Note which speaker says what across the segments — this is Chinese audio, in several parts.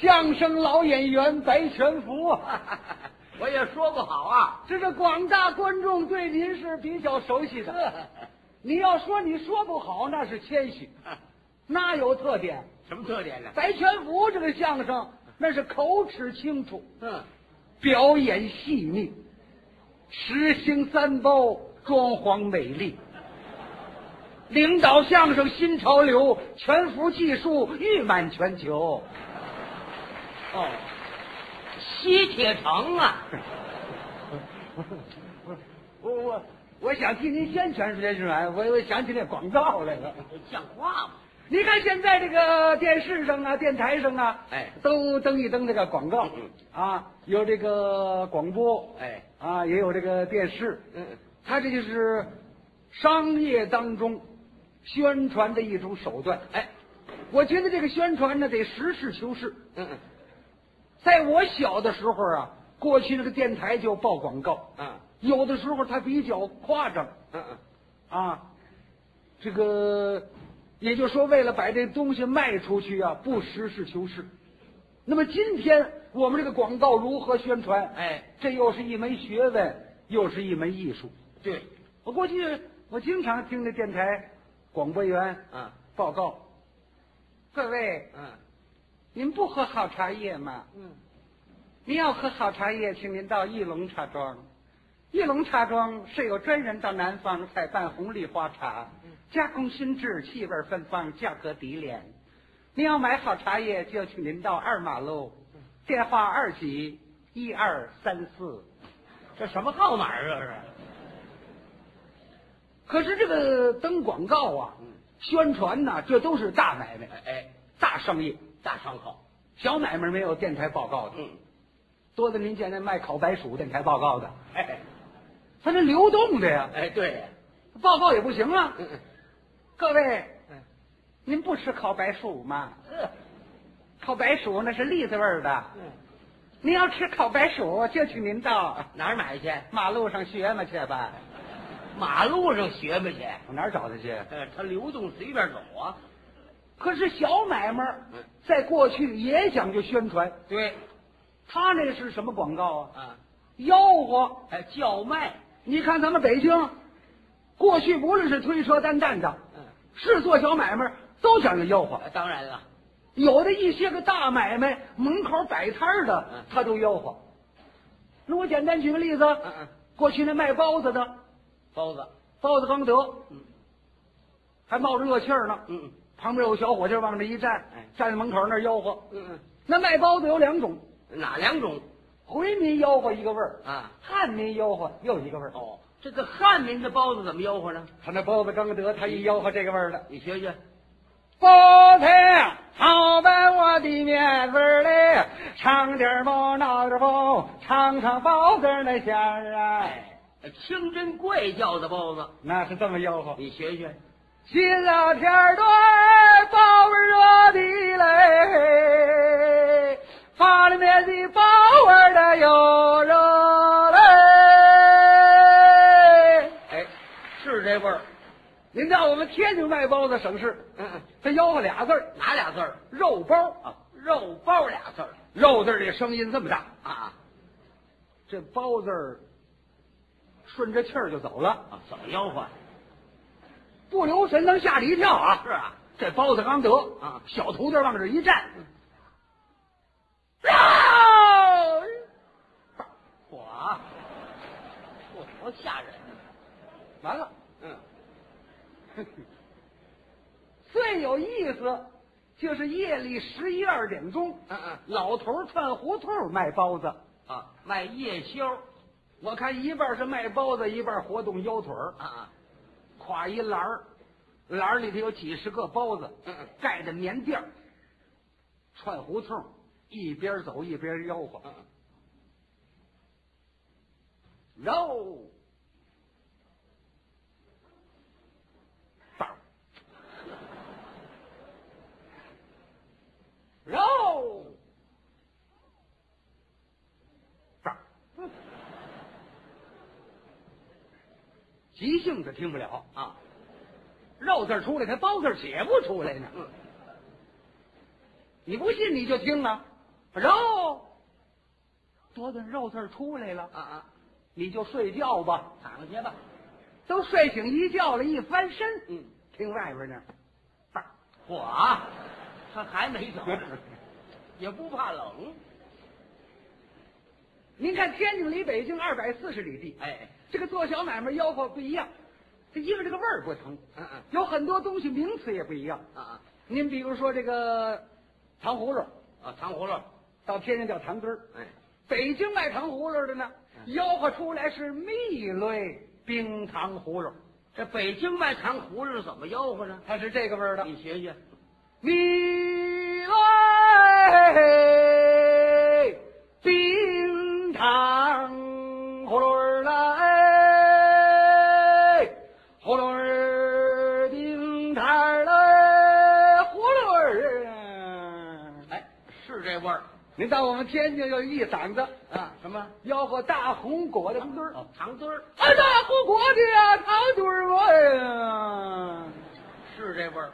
Speaker 1: 相声老演员白全福啊，
Speaker 2: 我也说不好啊。
Speaker 1: 这是广大观众对您是比较熟悉的。 你要说你说不好，那是谦虚，那有特点。
Speaker 2: 什么特点呢？
Speaker 1: 白全福这个相声，那是口齿清楚，
Speaker 2: 嗯，
Speaker 1: 表演细腻，实行三包，装潢美丽，领导相声新潮流，全服技术誉满全球。
Speaker 2: 哦，西铁城啊，
Speaker 1: 我我我想替您宣传宣传，我我想起那广告来了。
Speaker 2: 像话吗？
Speaker 1: 你看现在这个电视上啊、电台上啊，
Speaker 2: 哎
Speaker 1: 都登一登这个广告
Speaker 2: 嗯
Speaker 1: 啊，有这个广播，
Speaker 2: 哎，
Speaker 1: 啊，也有这个电视，
Speaker 2: 嗯，
Speaker 1: 它这就是商业当中宣传的一种手段。
Speaker 2: 哎，
Speaker 1: 我觉得这个宣传呢，得实事求是。
Speaker 2: 嗯嗯
Speaker 1: 在我小的时候啊，过去那个电台就报广告，
Speaker 2: 嗯
Speaker 1: 有的时候它比较夸张。
Speaker 2: 嗯嗯，
Speaker 1: 啊，这个也就是说，为了把这东西卖出去啊，不实事求是。那么今天我们这个广告如何宣传？
Speaker 2: 哎，
Speaker 1: 这又是一门学问，又是一门艺术。
Speaker 2: 对，
Speaker 1: 我过去我经常听那电台广播员啊
Speaker 2: 嗯
Speaker 1: 报告，各位，
Speaker 2: 嗯
Speaker 1: 您不喝好茶叶吗？
Speaker 2: 嗯，
Speaker 1: 您要喝好茶叶，请您到义龙茶庄。义龙茶庄是有专人到南方采办红绿花茶，加工熏制，气味芬芳，价格低廉。您要买好茶叶，就请您到二马路，电话二级一二三四。
Speaker 2: 这什么号码啊？这是？
Speaker 1: 可是这个登广告啊
Speaker 2: 嗯，
Speaker 1: 宣传呐、这都是大买卖、
Speaker 2: 哎哎，
Speaker 1: 大生意，
Speaker 2: 大商号。
Speaker 1: 小买卖没有电台报告的，
Speaker 2: 嗯，
Speaker 1: 多的您见那卖烤白薯电台报告的，
Speaker 2: 哎
Speaker 1: 它这流动的呀，
Speaker 2: 哎，对，
Speaker 1: 报告也不行啊。
Speaker 2: 嗯
Speaker 1: 各位，
Speaker 2: 嗯
Speaker 1: 您不吃烤白薯吗？
Speaker 2: 嗯
Speaker 1: 烤白薯那是栗子味儿的。
Speaker 2: 嗯，
Speaker 1: 您要吃烤白薯，就请您到
Speaker 2: 哪儿买去？
Speaker 1: 马路上学嘛去吧。
Speaker 2: 马路上学吧去。
Speaker 1: 我哪儿找他去？
Speaker 2: 呃，它流动随便走啊。
Speaker 1: 可是小买卖儿
Speaker 2: 嗯
Speaker 1: 在过去也讲究宣传，
Speaker 2: 对，
Speaker 1: 他那是什么广告啊？
Speaker 2: 啊，
Speaker 1: 吆喝！
Speaker 2: 哎，叫卖。
Speaker 1: 你看咱们北京，过去无论是推车担担的，
Speaker 2: 嗯，
Speaker 1: 是做小买卖儿，都讲究吆喝。
Speaker 2: 啊当然了，
Speaker 1: 有的一些个大买卖门口摆摊儿的
Speaker 2: 嗯，
Speaker 1: 他都吆喝。那我简单举个例子，
Speaker 2: 嗯嗯，
Speaker 1: 过去那卖包子的，
Speaker 2: 包子。
Speaker 1: 包子刚得，
Speaker 2: 嗯
Speaker 1: 还冒着热气儿呢。
Speaker 2: 嗯
Speaker 1: 旁边有小伙计往这一站
Speaker 2: 哎，
Speaker 1: 站在门口那儿吆喝。
Speaker 2: 嗯嗯。
Speaker 1: 那卖包子有两种，
Speaker 2: 哪两种
Speaker 1: 回民吆喝一个味儿，
Speaker 2: 啊？
Speaker 1: 汉民吆喝又一个味儿。
Speaker 2: 哦，这个汉民的包子怎么吆喝呢？
Speaker 1: 他那包子刚得，他一吆喝这个味儿的，
Speaker 2: 你学学。
Speaker 1: 包子啊好拌我的面子儿嘞，尝点儿包，闹点儿包，尝尝包子儿那香儿啊。
Speaker 2: 哎，清真怪叫的包子，
Speaker 1: 那是这么吆喝。
Speaker 2: 你学学。
Speaker 1: 新老天儿对包热的嘞，发里面的包儿的有热嘞。
Speaker 2: 哎，是这味儿。
Speaker 1: 您到我们天津卖包子省市，
Speaker 2: 嗯嗯，
Speaker 1: 他吆喝俩字儿
Speaker 2: 哪俩字儿？
Speaker 1: “肉包”
Speaker 2: 啊，肉包俩字儿
Speaker 1: 肉字儿这声音这么大，
Speaker 2: 啊
Speaker 1: 这包字儿顺着气儿就走了，
Speaker 2: 啊！怎么吆喝？
Speaker 1: 不留神能吓你一跳啊！
Speaker 2: 是啊，
Speaker 1: 这包子刚得
Speaker 2: 啊嗯
Speaker 1: 小徒弟往这一站，肉
Speaker 2: 我啊，我多吓人呢。
Speaker 1: 完了，
Speaker 2: 嗯，
Speaker 1: 最有意思就是夜里十一二点钟，
Speaker 2: 嗯嗯
Speaker 1: 老头儿串胡同儿卖包子，
Speaker 2: 啊，卖夜宵
Speaker 1: 我看一半是卖包子，一半活动腰腿儿，
Speaker 2: 啊啊，
Speaker 1: 挎一篮儿，篮儿里头有几十个包子，
Speaker 2: 嗯嗯
Speaker 1: 盖着棉垫儿，串胡同儿，一边走一边吆喝，
Speaker 2: 嗯
Speaker 1: 肉包儿，肉包儿，急性子听不了，
Speaker 2: 嗯啊，
Speaker 1: 肉字儿出来，它包字儿写不出来呢。
Speaker 2: 嗯，
Speaker 1: 你不信你就听啊，肉，多顿肉字儿出来了，
Speaker 2: 啊啊，
Speaker 1: 你就睡觉吧。
Speaker 2: 躺下吧。
Speaker 1: 都睡醒一觉了，一翻身，
Speaker 2: 嗯，啊
Speaker 1: 听外边呢，叭，
Speaker 2: 我 他还没走呢，也不怕冷。
Speaker 1: 您看天津离北京二百四十里地，
Speaker 2: 哎，
Speaker 1: 这个做小买卖吆喝不一样，它一个这个味儿不同，
Speaker 2: 嗯嗯
Speaker 1: 有很多东西名词也不一样。
Speaker 2: 啊啊
Speaker 1: 您比如说这个糖葫芦，
Speaker 2: 啊，糖葫芦，
Speaker 1: 到天津叫糖墩儿，
Speaker 2: 哎，
Speaker 1: 北京卖糖葫芦的呢，
Speaker 2: 嗯
Speaker 1: 吆喝出来是蜜类冰糖葫芦，
Speaker 2: 这北京卖糖葫芦怎么吆喝呢？
Speaker 1: 它是这个味儿的。
Speaker 2: 你学学，
Speaker 1: 蜜来冰糖葫芦儿来，葫芦儿冰糖儿来，葫芦啊儿。
Speaker 2: 哎，是这味儿
Speaker 1: 您到我们天津又一嗓子
Speaker 2: 啊？什么？
Speaker 1: 吆喝大红果的墩儿，
Speaker 2: 哦，糖墩儿
Speaker 1: 啊，大红果的呀，糖墩儿我呀。
Speaker 2: 是这味儿。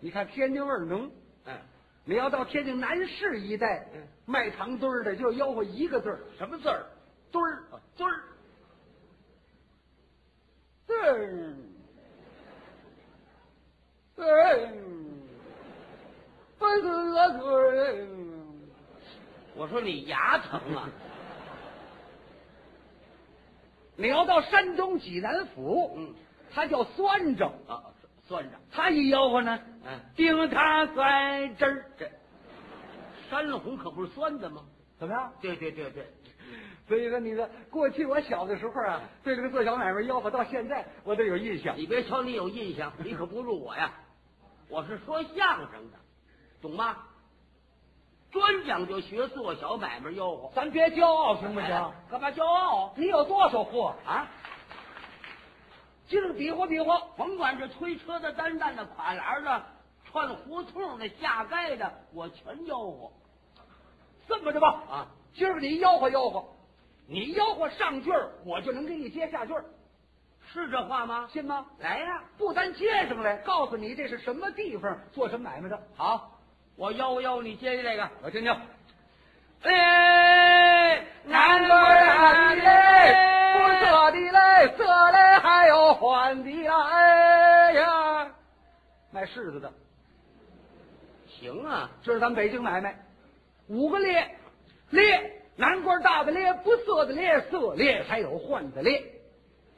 Speaker 1: 你看天津味儿浓。
Speaker 2: 哎，
Speaker 1: 你要到天津南市一带，
Speaker 2: 嗯
Speaker 1: 卖糖墩儿的就吆喝一个字儿
Speaker 2: 什么字儿？
Speaker 1: “墩儿
Speaker 2: 啊墩儿。
Speaker 1: 墩儿墩儿”，墩儿啊墩儿
Speaker 2: 我说你牙疼啊？
Speaker 1: 你要到山东济南府，
Speaker 2: 嗯，
Speaker 1: 它叫酸着，
Speaker 2: 啊，算着，
Speaker 1: 它一吆喝呢，
Speaker 2: 嗯，
Speaker 1: 丁他酸汁儿，
Speaker 2: 这山红可不是酸的吗？
Speaker 1: 怎么样？
Speaker 2: 对对对对，
Speaker 1: 所以说，你说过去我小的时候啊，对这个做小买卖吆喝到现在，我都有印象。
Speaker 2: 你别瞧你有印象，你可不如我呀。我是说相声的，懂吗？专讲究学做小买卖吆喝，
Speaker 1: 咱别骄傲行
Speaker 2: 哎？干嘛骄傲
Speaker 1: 你有多少货？
Speaker 2: 啊？
Speaker 1: 今儿比划比划，
Speaker 2: 甭管这推车的、担担的、垮栏的、串胡同的、下街的，我全吆喝
Speaker 1: 这么着吧，
Speaker 2: 啊！
Speaker 1: 今儿你吆喝吆喝，你吆喝上句儿，我就能给你接下句儿，
Speaker 2: 是这话吗？
Speaker 1: 信吗？
Speaker 2: 来呀、
Speaker 1: 不单接上来，告诉你这是什么地方，做什么买卖的。
Speaker 2: 好，我吆吆你接下这个。
Speaker 1: 我听听。
Speaker 2: 哎，
Speaker 1: 南边哎喊的嘞，不色的嘞，色嘞，还有还的啦，哎呀，卖柿子的，
Speaker 2: 行啊，
Speaker 1: 这是咱们北京买卖，五个列，列南瓜大的列，不色的列，色列，还有换的列。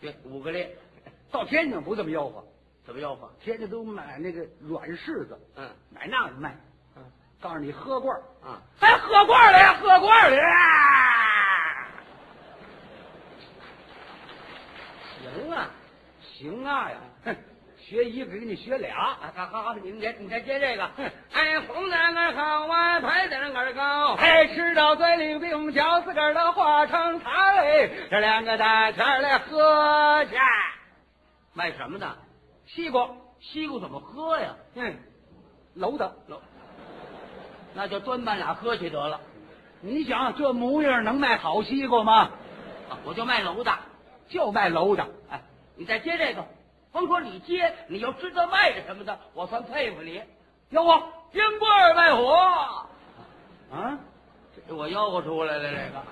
Speaker 2: 对，五个列，
Speaker 1: 到天津不这么吆喝，
Speaker 2: 怎么吆喝？
Speaker 1: 天津都买那个软柿子，
Speaker 2: 嗯
Speaker 1: 买那个卖，
Speaker 2: 嗯
Speaker 1: 告诉你喝罐儿，
Speaker 2: 啊，
Speaker 1: 还喝罐儿了呀，喝罐儿了呀，
Speaker 2: 行啊，
Speaker 1: 行啊呀，哼，学一个给你学俩，
Speaker 2: 啊，好好好，你们再你再接这个。哎，红的那儿好啊，白的那儿高。
Speaker 1: 还哎吃到嘴里冰嚼自个儿的化成茶哎，这两个大钱儿来喝去，
Speaker 2: 卖什么的？
Speaker 1: 西瓜，
Speaker 2: 西瓜怎么喝呀？
Speaker 1: 嗯，楼的，
Speaker 2: 喽，那就端半俩喝去得了。
Speaker 1: 你想这模样能卖好西瓜吗？
Speaker 2: 啊，我就卖楼的。
Speaker 1: 就卖楼的，
Speaker 2: 哎，你再接这个，甭说你接，你要知道卖什么的，我算佩服你。
Speaker 1: 吆喝
Speaker 2: 烟波儿卖火，
Speaker 1: 啊，
Speaker 2: 这我吆喝出来了这个。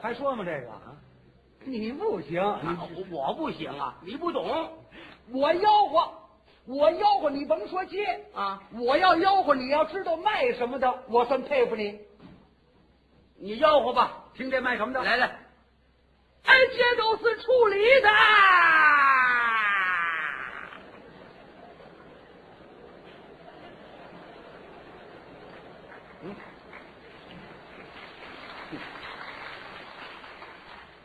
Speaker 1: 还说吗这个？你不行，
Speaker 2: 啊我我不行啊，你不懂
Speaker 1: 我吆喝，我吆喝，你甭说接，
Speaker 2: 啊！
Speaker 1: 我要吆喝，你要知道卖什么的，我算佩服你。
Speaker 2: 你吆喝吧，
Speaker 1: 听这卖什么的？
Speaker 2: 来来，
Speaker 1: 哎，这都是处理的。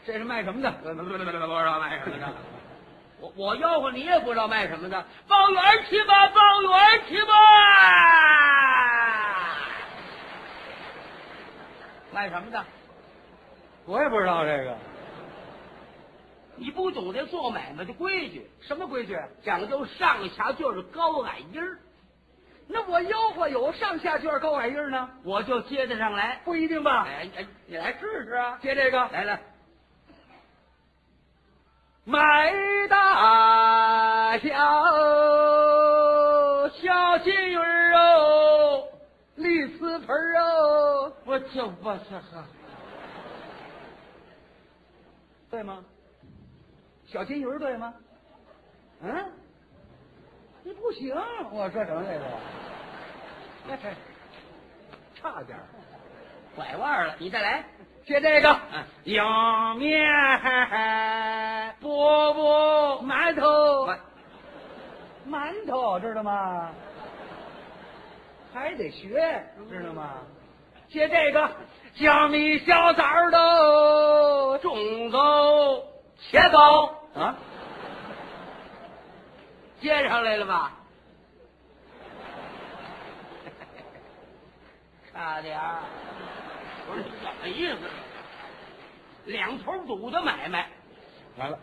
Speaker 1: 这是卖什么的？
Speaker 2: 不知道卖什么的。 我我吆喝，你也不知道卖什么的。包圆儿去吧，包圆儿去吧。卖什么的？
Speaker 1: 我也不知道这个
Speaker 2: 你不懂这做买卖的规矩，啊
Speaker 1: 什么规矩。
Speaker 2: 讲究上下就是高矮音儿，
Speaker 1: 那我吆喝有上下句儿高矮音儿呢？
Speaker 2: 我就接得上来。
Speaker 1: 不一定吧？
Speaker 2: 哎哎，你来试试啊！
Speaker 1: 接这个。
Speaker 2: 来来，
Speaker 1: 买大小，
Speaker 2: 小金鱼儿哦。
Speaker 1: 栗子盆儿哦。
Speaker 3: 我就不是喝，
Speaker 1: 对吗？小金鱼儿对吗？嗯，你不行，我说什么来着？那这差点儿
Speaker 2: 拐弯了，你再来。
Speaker 1: 学这个
Speaker 2: 嗯，
Speaker 1: 莜面、饽饽、馒头、馒头，知道吗？还得学，知道吗？学这个，小米、小枣儿都
Speaker 2: 粽子、茄糕
Speaker 1: 啊，
Speaker 2: 接上来了 吧？差点儿，不是怎么意思？两头堵的买卖
Speaker 1: 完了，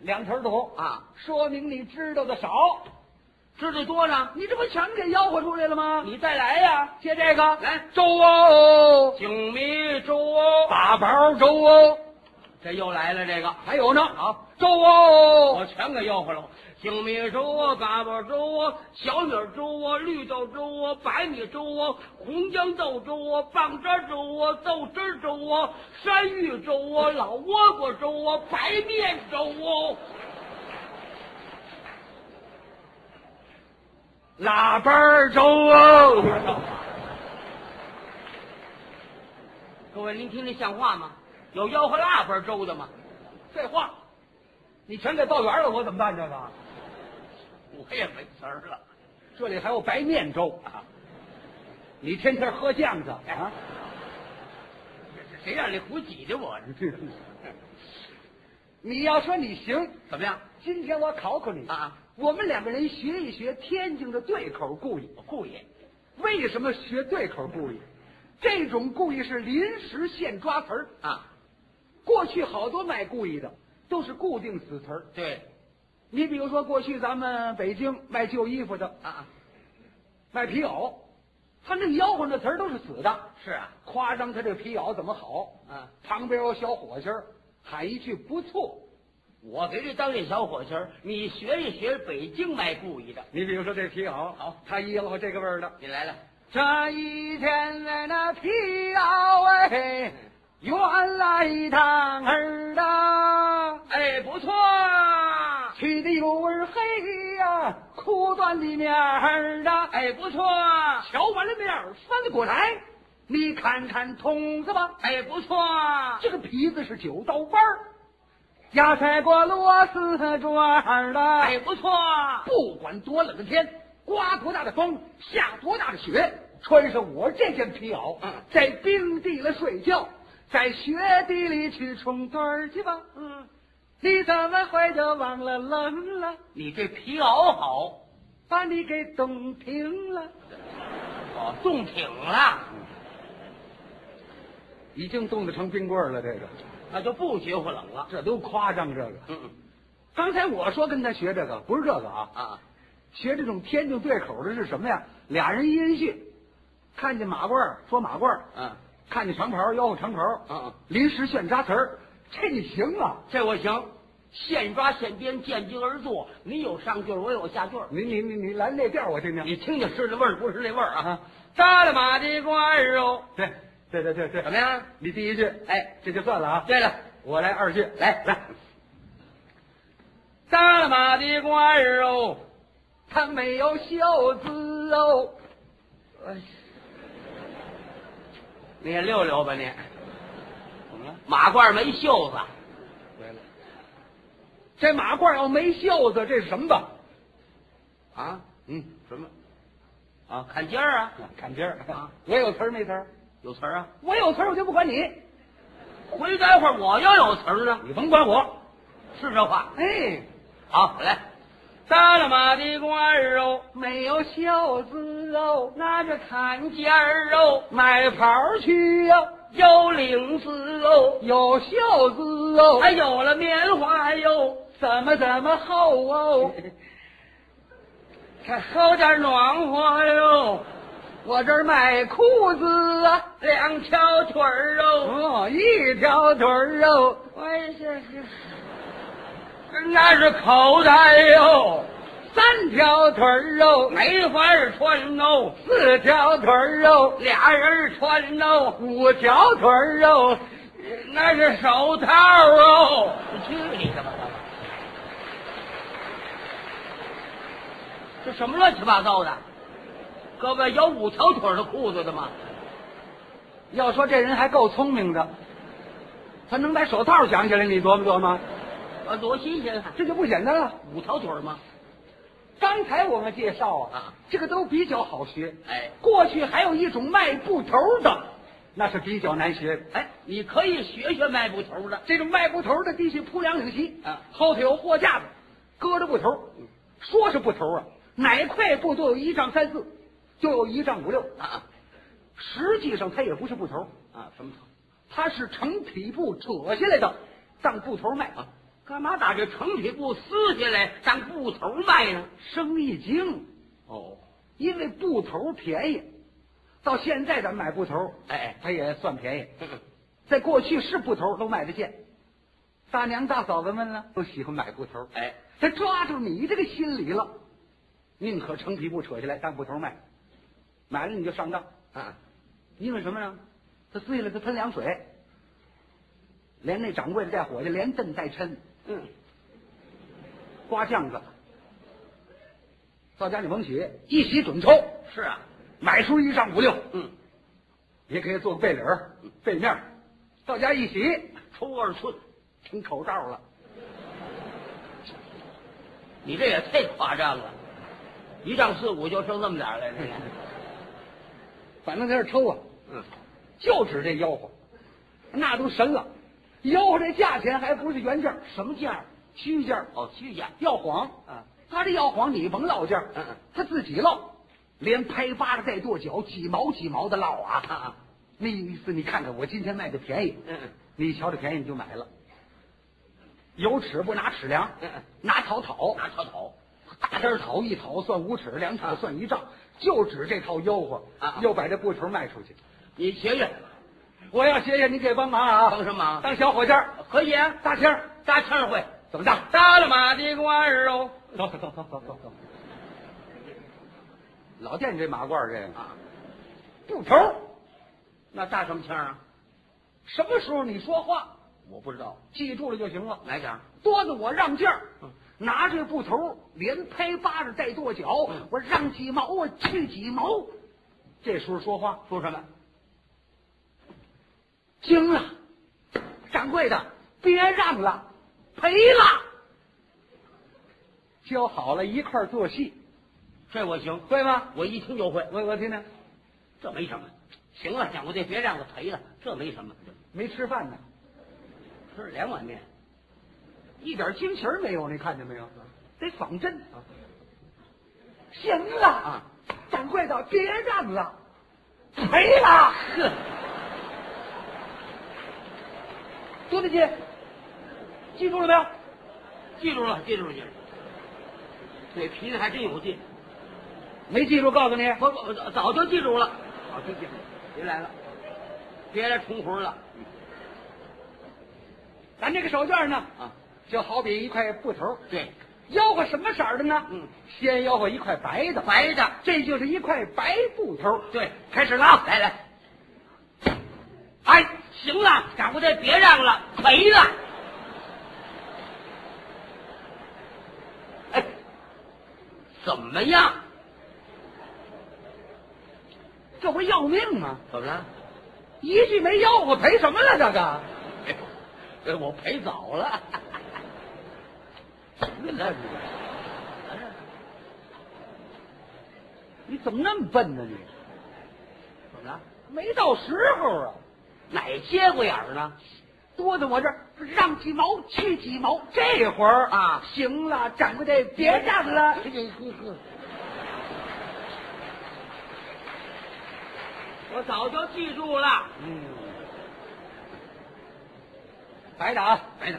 Speaker 1: 两头堵啊！
Speaker 2: 啊，
Speaker 1: 说明你知道的少，
Speaker 2: 知道多呢，
Speaker 1: 你这不全给吆喝出来了吗？
Speaker 2: 你再来呀。
Speaker 1: 接这个，
Speaker 2: 来
Speaker 1: 粥哦，
Speaker 2: 景迷粥哦，
Speaker 1: 八宝粥哦，
Speaker 2: 这又来了这个，
Speaker 1: 还有呢，啊，粥哦，
Speaker 2: 我全给吆喝了。精米粥啊，八宝粥啊，小米粥啊，绿豆粥啊，白米粥啊，红豇豆粥啊，棒渣粥啊，豆汁粥啊，山芋粥啊，老倭瓜粥啊，白面粥哦，
Speaker 1: 喇叭粥哦，
Speaker 2: 各位，您听这像话吗？有吆喝腊八粥的吗？
Speaker 1: 废话，你全给报圆了，我怎么办这个？
Speaker 2: 我也没词儿了。
Speaker 1: 这里还有白面粥啊，你天天喝酱子
Speaker 2: 哎
Speaker 1: 啊？
Speaker 2: 谁让你胡挤的我？
Speaker 1: 你要说你行，
Speaker 2: 怎么样？
Speaker 1: 今天我考考你
Speaker 2: 啊！
Speaker 1: 我们两个人学一学天津的对口故意。
Speaker 2: 我故意。
Speaker 1: 为什么学对口故意？这种故意是临时现抓词儿，
Speaker 2: 啊，
Speaker 1: 过去好多卖故意的都是固定死词儿。
Speaker 2: 对，
Speaker 1: 你比如说，过去咱们北京卖旧衣服的、
Speaker 2: 啊，
Speaker 1: 卖皮袄，他那吆喝那词儿都是死的，
Speaker 2: 是啊，
Speaker 1: 夸张他这皮袄怎么好。
Speaker 2: 啊，
Speaker 1: 旁边有小伙计儿喊一句不错。
Speaker 2: 我给这当这小伙计儿，你学一学北京卖故意的。
Speaker 1: 你比如说这皮袄，
Speaker 2: 好，
Speaker 1: 他一吆喝这个味儿的，
Speaker 2: 你来了，
Speaker 1: 这一天在那皮袄哎，原来趟儿的，
Speaker 2: 哎，不错啊，
Speaker 1: 去的油儿黑呀、裤断的面儿的，
Speaker 2: 哎，不错啊，
Speaker 1: 瞧完了面儿翻了过来，你看看筒子吧，
Speaker 2: 哎，不错啊，
Speaker 1: 这个皮子是九道弯儿，压塞过螺丝转的，
Speaker 2: 哎，不错啊，
Speaker 1: 不管多冷的天，刮多大的风，下多大的雪，穿上我这件皮袄，
Speaker 2: 嗯
Speaker 1: 在冰地里睡觉，在雪地里去冲盹儿去吧。
Speaker 2: 嗯，
Speaker 1: 你怎么会就忘了冷了，
Speaker 2: 你这皮袄好，
Speaker 1: 把你给冻停了？
Speaker 2: 哦，冻挺了，
Speaker 1: 已经冻得成冰棍儿了，这个
Speaker 2: 那就不绝乎冷了。
Speaker 1: 这都夸张。这个
Speaker 2: 嗯
Speaker 1: 刚才我说跟他学这个，不是这个啊，
Speaker 2: 啊，
Speaker 1: 学这种天津对口的是什么呀？俩人一人训，看见马褂儿说马褂儿，
Speaker 2: 嗯
Speaker 1: 看见长袍吆喝长袍，
Speaker 2: 嗯嗯，
Speaker 1: 临时现扎词儿，这你行啊？
Speaker 2: 这我行，现抓现编，见机而作。你有上句儿，我有下句儿。
Speaker 1: 你你你你来那调我听听。
Speaker 2: 你听听是那味儿不是那味儿啊
Speaker 1: 啊？
Speaker 2: 扎了马的瓜儿哦，
Speaker 1: 对对对对对，
Speaker 2: 怎么样？
Speaker 1: 你第一句，
Speaker 2: 哎，
Speaker 1: 这就算了啊。
Speaker 2: 对了。
Speaker 1: 我来二句，
Speaker 2: 来
Speaker 1: 来，
Speaker 2: 扎了马的瓜儿哦，
Speaker 1: 他没有袖子哦。
Speaker 2: 哎你也溜溜吧你。
Speaker 1: 怎么了？
Speaker 2: 马褂儿没袖子，
Speaker 1: 对了，这马褂要没袖子，这是什么吧？
Speaker 2: 啊，
Speaker 1: 嗯，
Speaker 2: 什么？啊，坎肩儿啊，
Speaker 1: 看今儿
Speaker 2: 啊，
Speaker 1: 我有词儿没词儿？
Speaker 2: 有词儿啊。
Speaker 1: 我有词儿，我就不管你，
Speaker 2: 回待会儿我要有词儿呢，
Speaker 1: 你甭管我。
Speaker 2: 是这话。
Speaker 1: 哎，
Speaker 2: 好，我来。扎了马的瓜儿哦，
Speaker 1: 没有袖子哦，
Speaker 2: 拿着坎肩儿哦，
Speaker 1: 买袍去呀、
Speaker 2: 有领子哦，
Speaker 1: 有袖子哦。
Speaker 2: 还有了棉花哟，
Speaker 1: 怎么怎么厚 哦？
Speaker 2: 还好点暖和哟，
Speaker 1: 我这儿卖裤子啊，
Speaker 2: 两条腿儿哦，
Speaker 1: 哦，一条腿儿哦，
Speaker 2: 我也是，那是口袋哟。
Speaker 1: 三条腿儿肉，
Speaker 2: 没法儿穿喽，
Speaker 1: 四条腿儿肉，
Speaker 2: 俩人儿穿喽，
Speaker 1: 五条腿儿肉，
Speaker 2: 那是手套哦。去你的吧！这什么乱七八糟的？各位有五条腿的裤子的吗？
Speaker 1: 要说这人还够聪明的，他能把手套想起来，你琢磨琢磨，
Speaker 2: 啊，多新鲜啊！
Speaker 1: 这就不简单了。
Speaker 2: 五条腿吗？
Speaker 1: 刚才我们介绍啊，
Speaker 2: 啊
Speaker 1: 这个都比较好学。
Speaker 2: 哎
Speaker 1: 过去还有一种迈步头的，那是比较难学。
Speaker 2: 哎，你可以学学迈步头的。
Speaker 1: 这种迈步头的，必须铺两领膝
Speaker 2: 啊
Speaker 1: 后头有货架子，搁着布头。说是布头啊，哪块布都有一丈三四，就有一丈五六。
Speaker 2: 啊
Speaker 1: 实际上它也不是布头，
Speaker 2: 啊，什么头？
Speaker 1: 它是成匹布扯下来的，当布头卖
Speaker 2: 啊，干嘛打这成匹布撕下来当布头卖呢？
Speaker 1: 生意经，
Speaker 2: 哦，
Speaker 1: 因为布头便宜，到现在咱买布头，
Speaker 2: 哎
Speaker 1: 它也算便宜。
Speaker 2: 哎，
Speaker 1: 在过去是布头都卖得见，大娘大嫂子们呢都喜欢买布头，
Speaker 2: 哎，
Speaker 1: 他抓住你这个心理了，宁可成皮布扯下来当布头卖，买了你就上当，
Speaker 2: 啊，
Speaker 1: 因为什么呢？他碎了他喷凉水，连那掌柜的带伙计连蹬带抻，
Speaker 2: 嗯，
Speaker 1: 刮酱子，到家里甭洗，一洗准抽，
Speaker 2: 是啊，
Speaker 1: 买出一丈五六，
Speaker 2: 嗯，
Speaker 1: 也可以做个背领儿背面儿，到家一洗
Speaker 2: 抽二寸，
Speaker 1: 成口罩了。
Speaker 2: 你这也太夸张了，一丈四五就剩这么点儿了，这个，
Speaker 1: 反正在这抽啊，
Speaker 2: 嗯，
Speaker 1: 就指这吆喝，那都神了。吆喝这价钱还不是原价，什么价？虚价。
Speaker 2: 哦，虚假，
Speaker 1: 要谎
Speaker 2: 啊，
Speaker 1: 他这要谎，你甭落价，
Speaker 2: 嗯嗯
Speaker 1: 他自己落，连拍巴掌带跺脚，几毛几毛的落啊。
Speaker 2: 啊啊
Speaker 1: 那意思 你看看，我今天卖的便宜，
Speaker 2: 嗯嗯
Speaker 1: 你瞧着便宜你就买了。有尺不拿尺量，
Speaker 2: 嗯嗯
Speaker 1: 拿草讨，
Speaker 2: 拿草草，
Speaker 1: 大点讨一讨算五尺，两讨
Speaker 2: 啊
Speaker 1: 算一丈，就指这套吆喝，
Speaker 2: 啊啊
Speaker 1: 又把这布头卖出去。
Speaker 2: 你学学，
Speaker 1: 我要谢谢你给帮忙啊！
Speaker 2: 帮什么忙
Speaker 1: 当小伙计儿，
Speaker 2: 可以啊，
Speaker 1: 搭腔儿
Speaker 2: 搭腔会，
Speaker 1: 怎么搭？
Speaker 2: 搭了马的瓜儿哦，
Speaker 1: 走走走走走走。老见你这马褂儿这个
Speaker 2: 啊，
Speaker 1: 布头儿，
Speaker 2: 那搭什么腔啊？
Speaker 1: 什么时候你说话
Speaker 2: 我不知道，
Speaker 1: 记住了就行了。
Speaker 2: 来点儿
Speaker 1: 多的我让劲儿
Speaker 2: 嗯，
Speaker 1: 拿这布头儿连拍巴掌带跺脚
Speaker 2: 嗯，
Speaker 1: 我让几毛我去几毛。这时候说话
Speaker 2: 说什么？
Speaker 1: 惊了，掌柜的别让了，赔了。教好了一块儿做戏，
Speaker 2: 这我行，
Speaker 1: 会吗？
Speaker 2: 我一听就会。
Speaker 1: 我我听听，
Speaker 2: 这没什么。行了，掌柜的，别让我赔了，这没什么。
Speaker 1: 没吃饭呢，
Speaker 2: 吃两碗面，
Speaker 1: 一点精气儿没有，你看见没有？得仿真
Speaker 2: 啊。
Speaker 1: 行了，
Speaker 2: 啊
Speaker 1: 掌柜的别让了，赔了，
Speaker 2: 呵，
Speaker 1: 多大劲？记住了没有？
Speaker 2: 记住了，记住了，记住了。嘴皮子还真有劲，
Speaker 1: 没记住，告诉你。
Speaker 2: 我我早就记住了。
Speaker 1: 好，谢谢。
Speaker 2: 别来了，别来重活了
Speaker 1: 咱这个手绢呢，
Speaker 2: 啊！
Speaker 1: 就好比一块布头，
Speaker 2: 对，
Speaker 1: 吆喝什么色儿的呢？
Speaker 2: 嗯，
Speaker 1: 先吆喝一块白的，
Speaker 2: 白的，
Speaker 1: 这就是一块白布头。
Speaker 2: 对，
Speaker 1: 开始了啊！
Speaker 2: 来来。哎，行了，掌柜的，别让了，赔了。哎，怎么样？
Speaker 1: 这不要命吗？
Speaker 2: 怎么了？
Speaker 1: 一句没吆喝，赔什么了？这个。
Speaker 2: 哎呦，我赔早了。
Speaker 1: 你怎么那么笨呢？你
Speaker 2: 怎么了？
Speaker 1: 没到时候啊！
Speaker 2: 哪节骨眼儿呢？
Speaker 1: 多的我这儿让几毛去几毛，这会儿
Speaker 2: 啊
Speaker 1: 行了，掌柜的别让了。
Speaker 2: 我早就记住了。
Speaker 1: 嗯，白的啊，
Speaker 2: 白的，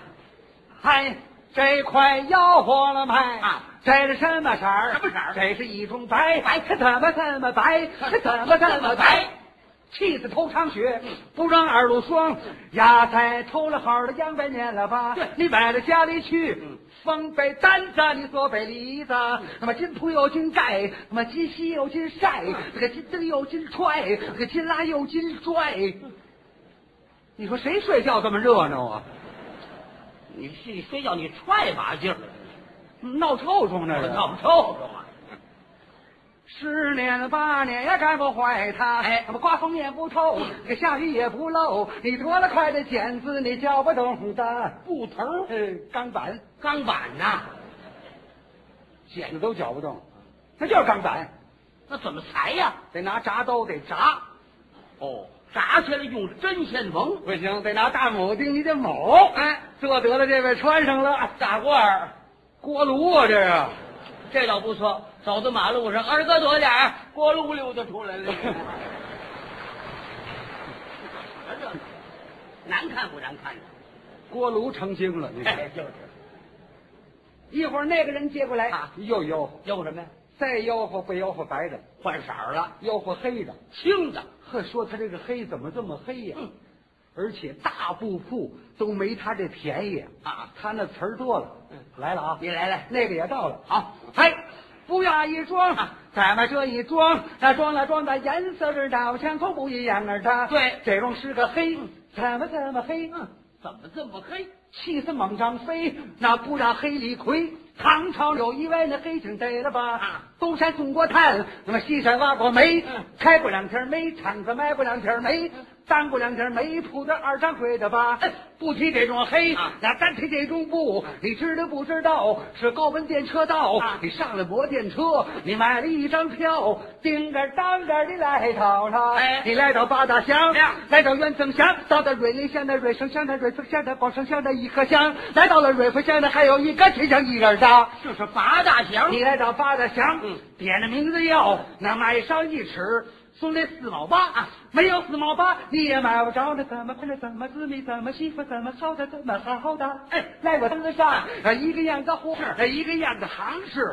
Speaker 1: 嗨，这块吆喝了卖
Speaker 2: 啊
Speaker 1: 这是什么色儿？
Speaker 2: 什么色儿
Speaker 1: 这是一种白，白它怎么怎么白，它怎么怎么白。气死头苍雪，不让二路霜。芽菜偷了好的养百年了吧？
Speaker 2: 对
Speaker 1: 你买到家里去。风北丹楂，你说北梨子，那么金葡有金钙，那么金锡有金晒，这个金灯有金踹，这个金拉有金拽。你说谁睡觉这么热闹啊？
Speaker 2: 你你睡觉你踹把劲儿，
Speaker 1: 闹臭虫那
Speaker 2: 我
Speaker 1: 是。
Speaker 2: 闹臭虫啊！
Speaker 1: 十年八年也干不坏它，哎，那么刮风也不透，这下雨也不漏，你多了快的剪子，你搅不动的。
Speaker 2: 布头
Speaker 1: 呃，钢板，
Speaker 2: 钢板呐，
Speaker 1: 剪子都搅不动，那就是钢板，
Speaker 2: 那怎么裁呀？
Speaker 1: 得拿铡刀得铡，
Speaker 2: 哦，炸起来用针线缝，
Speaker 1: 不行，得拿大铆钉，你得铆。哎，这得了，这位穿上了
Speaker 2: 大褂儿，
Speaker 1: 锅炉啊，这是。
Speaker 2: 这倒不错。走到马路上，二哥躲点儿，锅噜溜达出来了。这难看不难看呢？
Speaker 1: 锅炉成精了，你
Speaker 2: 哎
Speaker 1: 看。
Speaker 2: 就是
Speaker 1: 一会儿那个人接过来
Speaker 2: 啊
Speaker 1: 又吆喝，
Speaker 2: 要什么呀？
Speaker 1: 再吆喝不吆喝白的，
Speaker 2: 换色儿了，
Speaker 1: 吆喝黑的。
Speaker 2: 青的。
Speaker 1: 呵，说他这个黑怎么这么黑呀、
Speaker 2: 嗯
Speaker 1: 而且大布铺都没他这便宜
Speaker 2: 啊！
Speaker 1: 他那词儿多了。
Speaker 2: 嗯
Speaker 1: 来了啊！
Speaker 2: 你来来，
Speaker 1: 那个也到了。
Speaker 2: 好
Speaker 1: 嘿，不要一装
Speaker 2: 啊，
Speaker 1: 咱们这一装，那装了装的颜色是照相都不一样啊！它
Speaker 2: 对嗯
Speaker 1: 这种是个黑，怎么怎么黑？
Speaker 2: 怎么这么黑？
Speaker 1: 气死猛张飞，那不让黑李逵。唐朝有一位那黑警逮了吧，
Speaker 2: 啊
Speaker 1: 东山种过炭，那么西山挖过煤，
Speaker 2: 嗯
Speaker 1: 开过两天煤，厂子卖过两天煤，当过两天煤铺的二掌柜的吧。
Speaker 2: 哎
Speaker 1: 不提这种黑，
Speaker 2: 啊嗯
Speaker 1: 那单提这种布，你知道不知道？是高温电车道，
Speaker 2: 啊
Speaker 1: 你上了摩电车，你买了一张票，叮个当个的来到了，
Speaker 2: 哎
Speaker 1: 你来到八大乡
Speaker 2: 亮，
Speaker 1: 来到远增乡，到了瑞林县的瑞生乡的瑞丰县的宝生乡的一个乡，来到了瑞丰县的还有一个秦乡一人乡。
Speaker 2: 这是八大祥。
Speaker 1: 你来到八大祥，
Speaker 2: 嗯
Speaker 1: 点了名字要，那买上一尺，送来四毛八啊，没有四毛八你也买不着那怎么配的怎么滋味怎么媳妇怎么好的怎么好的，
Speaker 2: 哎
Speaker 1: 来我登个上，啊一个样的货，啊一个样的行市。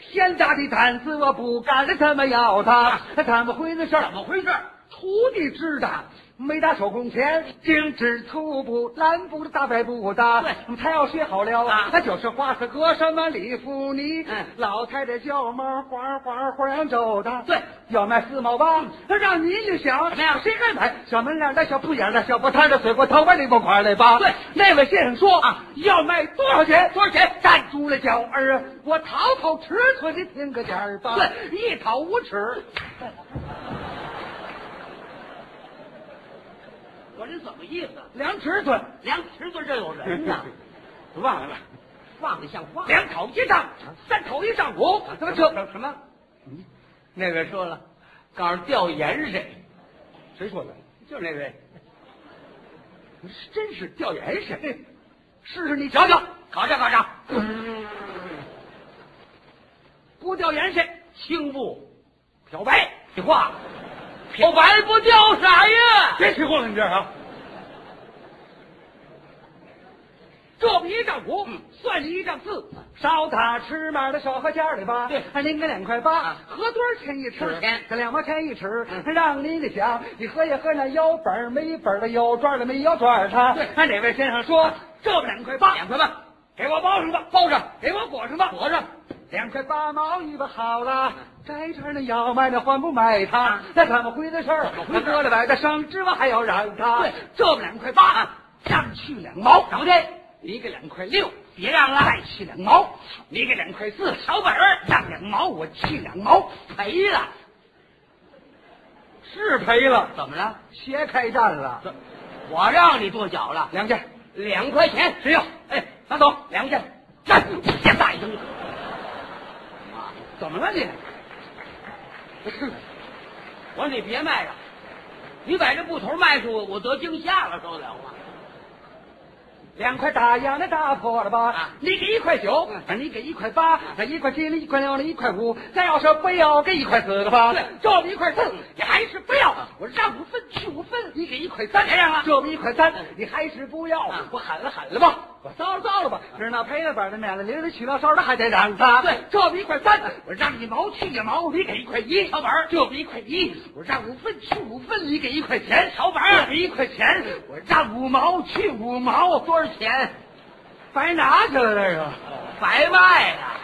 Speaker 1: 天大的胆子，我不敢了，他们要他，那怎么回事？
Speaker 2: 啊怎么回事？
Speaker 1: 徒弟知道，没打手工钱，精致粗布，蓝布的大白布的，
Speaker 2: 对
Speaker 1: 他要学好了
Speaker 2: 啊
Speaker 1: 他就是花四哥什么李福尼，
Speaker 2: 嗯
Speaker 1: 老太太叫猫花花花样走的，
Speaker 2: 对，
Speaker 1: 要卖四毛八，那让您去想，
Speaker 2: 怎么样
Speaker 1: 谁还买？小门脸的小不眼的小不摊的水果头发那不块的吧？
Speaker 2: 对，
Speaker 1: 那位先生说
Speaker 2: 啊
Speaker 1: 要卖多少钱？
Speaker 2: 多少钱
Speaker 1: 站住了脚儿啊！我讨讨尺寸的听个点儿吧，
Speaker 2: 对，
Speaker 1: 一讨五尺。
Speaker 2: 我这怎么意思？
Speaker 1: 量尺寸，
Speaker 2: 量尺寸这有人 呐，
Speaker 1: 忘了。
Speaker 2: 放得像话。
Speaker 1: 两口一丈，三口一丈五，
Speaker 2: 啊
Speaker 1: 怎么这
Speaker 2: 什么？那位说了，告诉调盐水，
Speaker 1: 谁说的？
Speaker 2: 就那位，
Speaker 1: 真是掉眼神。试试你瞧瞧，
Speaker 2: 考察考察，
Speaker 1: 嗯不掉眼神，
Speaker 2: 青布
Speaker 1: 漂白。
Speaker 2: 你话，漂白不掉色呀？
Speaker 1: 别起哄了，你这儿啊！这么一丈五，算你一丈四，少打尺码的少和价里吧。
Speaker 2: 对
Speaker 1: 还您个两块八
Speaker 2: 啊，
Speaker 1: 合多少钱一尺？
Speaker 2: 多少钱
Speaker 1: 这两毛钱一尺，
Speaker 2: 嗯
Speaker 1: 让您的想，你合也合那腰本儿没本儿的，有转儿的没有转儿的。
Speaker 2: 对
Speaker 1: 看哪位先生说，这么两块八，
Speaker 2: 两块半，
Speaker 1: 给我包上吧，
Speaker 2: 包上，
Speaker 1: 给我裹上吧，
Speaker 2: 裹上。啊
Speaker 1: 两块八毛一把好了，摘这儿的要卖那还不卖它，那怎么回的事儿
Speaker 2: 怎么？回
Speaker 1: 那
Speaker 2: 事
Speaker 1: 割了白的伤，芝麻还要染它。
Speaker 2: 对，
Speaker 1: 这么两块八，上去两毛，
Speaker 2: 怎么的？
Speaker 1: 你给两块六，
Speaker 2: 别让了，
Speaker 1: 再去两毛，你给两块四，
Speaker 2: 小本儿
Speaker 1: 让两毛，我去两毛，
Speaker 2: 赔了，
Speaker 1: 是赔了，
Speaker 2: 怎么了？
Speaker 1: 鞋开战了，
Speaker 2: 怎，我让你跺脚了，
Speaker 1: 两件，
Speaker 2: 两块钱
Speaker 1: 谁要？
Speaker 2: 哎，
Speaker 1: 拿走，
Speaker 2: 两件，站住！别大一声。
Speaker 1: 怎么了你？
Speaker 2: 我说你别卖了，你把这布头卖出，我得惊吓了，受得了吗？
Speaker 1: 两块大洋的打破了吧？
Speaker 2: 啊
Speaker 1: 你给一块九，
Speaker 2: 嗯
Speaker 1: 啊你给一块八，那一块七了，一块六了，一块五。再要说不要，给一块四了吧？嗯
Speaker 2: 对
Speaker 1: 这么一块四，你还是不要
Speaker 2: 啊。
Speaker 1: 我让不分，去五分，你给一块三，
Speaker 2: 别让了
Speaker 1: 这么一块三
Speaker 2: 嗯，
Speaker 1: 你还是不要
Speaker 2: 啊。
Speaker 1: 我喊了喊了吧？我糟了糟了吧，这那胚子板的免了零的取到烧的还得两个。
Speaker 2: 对
Speaker 1: 这比一块三，我让你毛去你毛，你给一块一。
Speaker 2: 好玩儿
Speaker 1: 这比一块一，我让五分去五分，你给一块钱。好玩这比一块钱，我让五毛去五毛，多少钱？白拿去了这个。
Speaker 2: 白卖呀、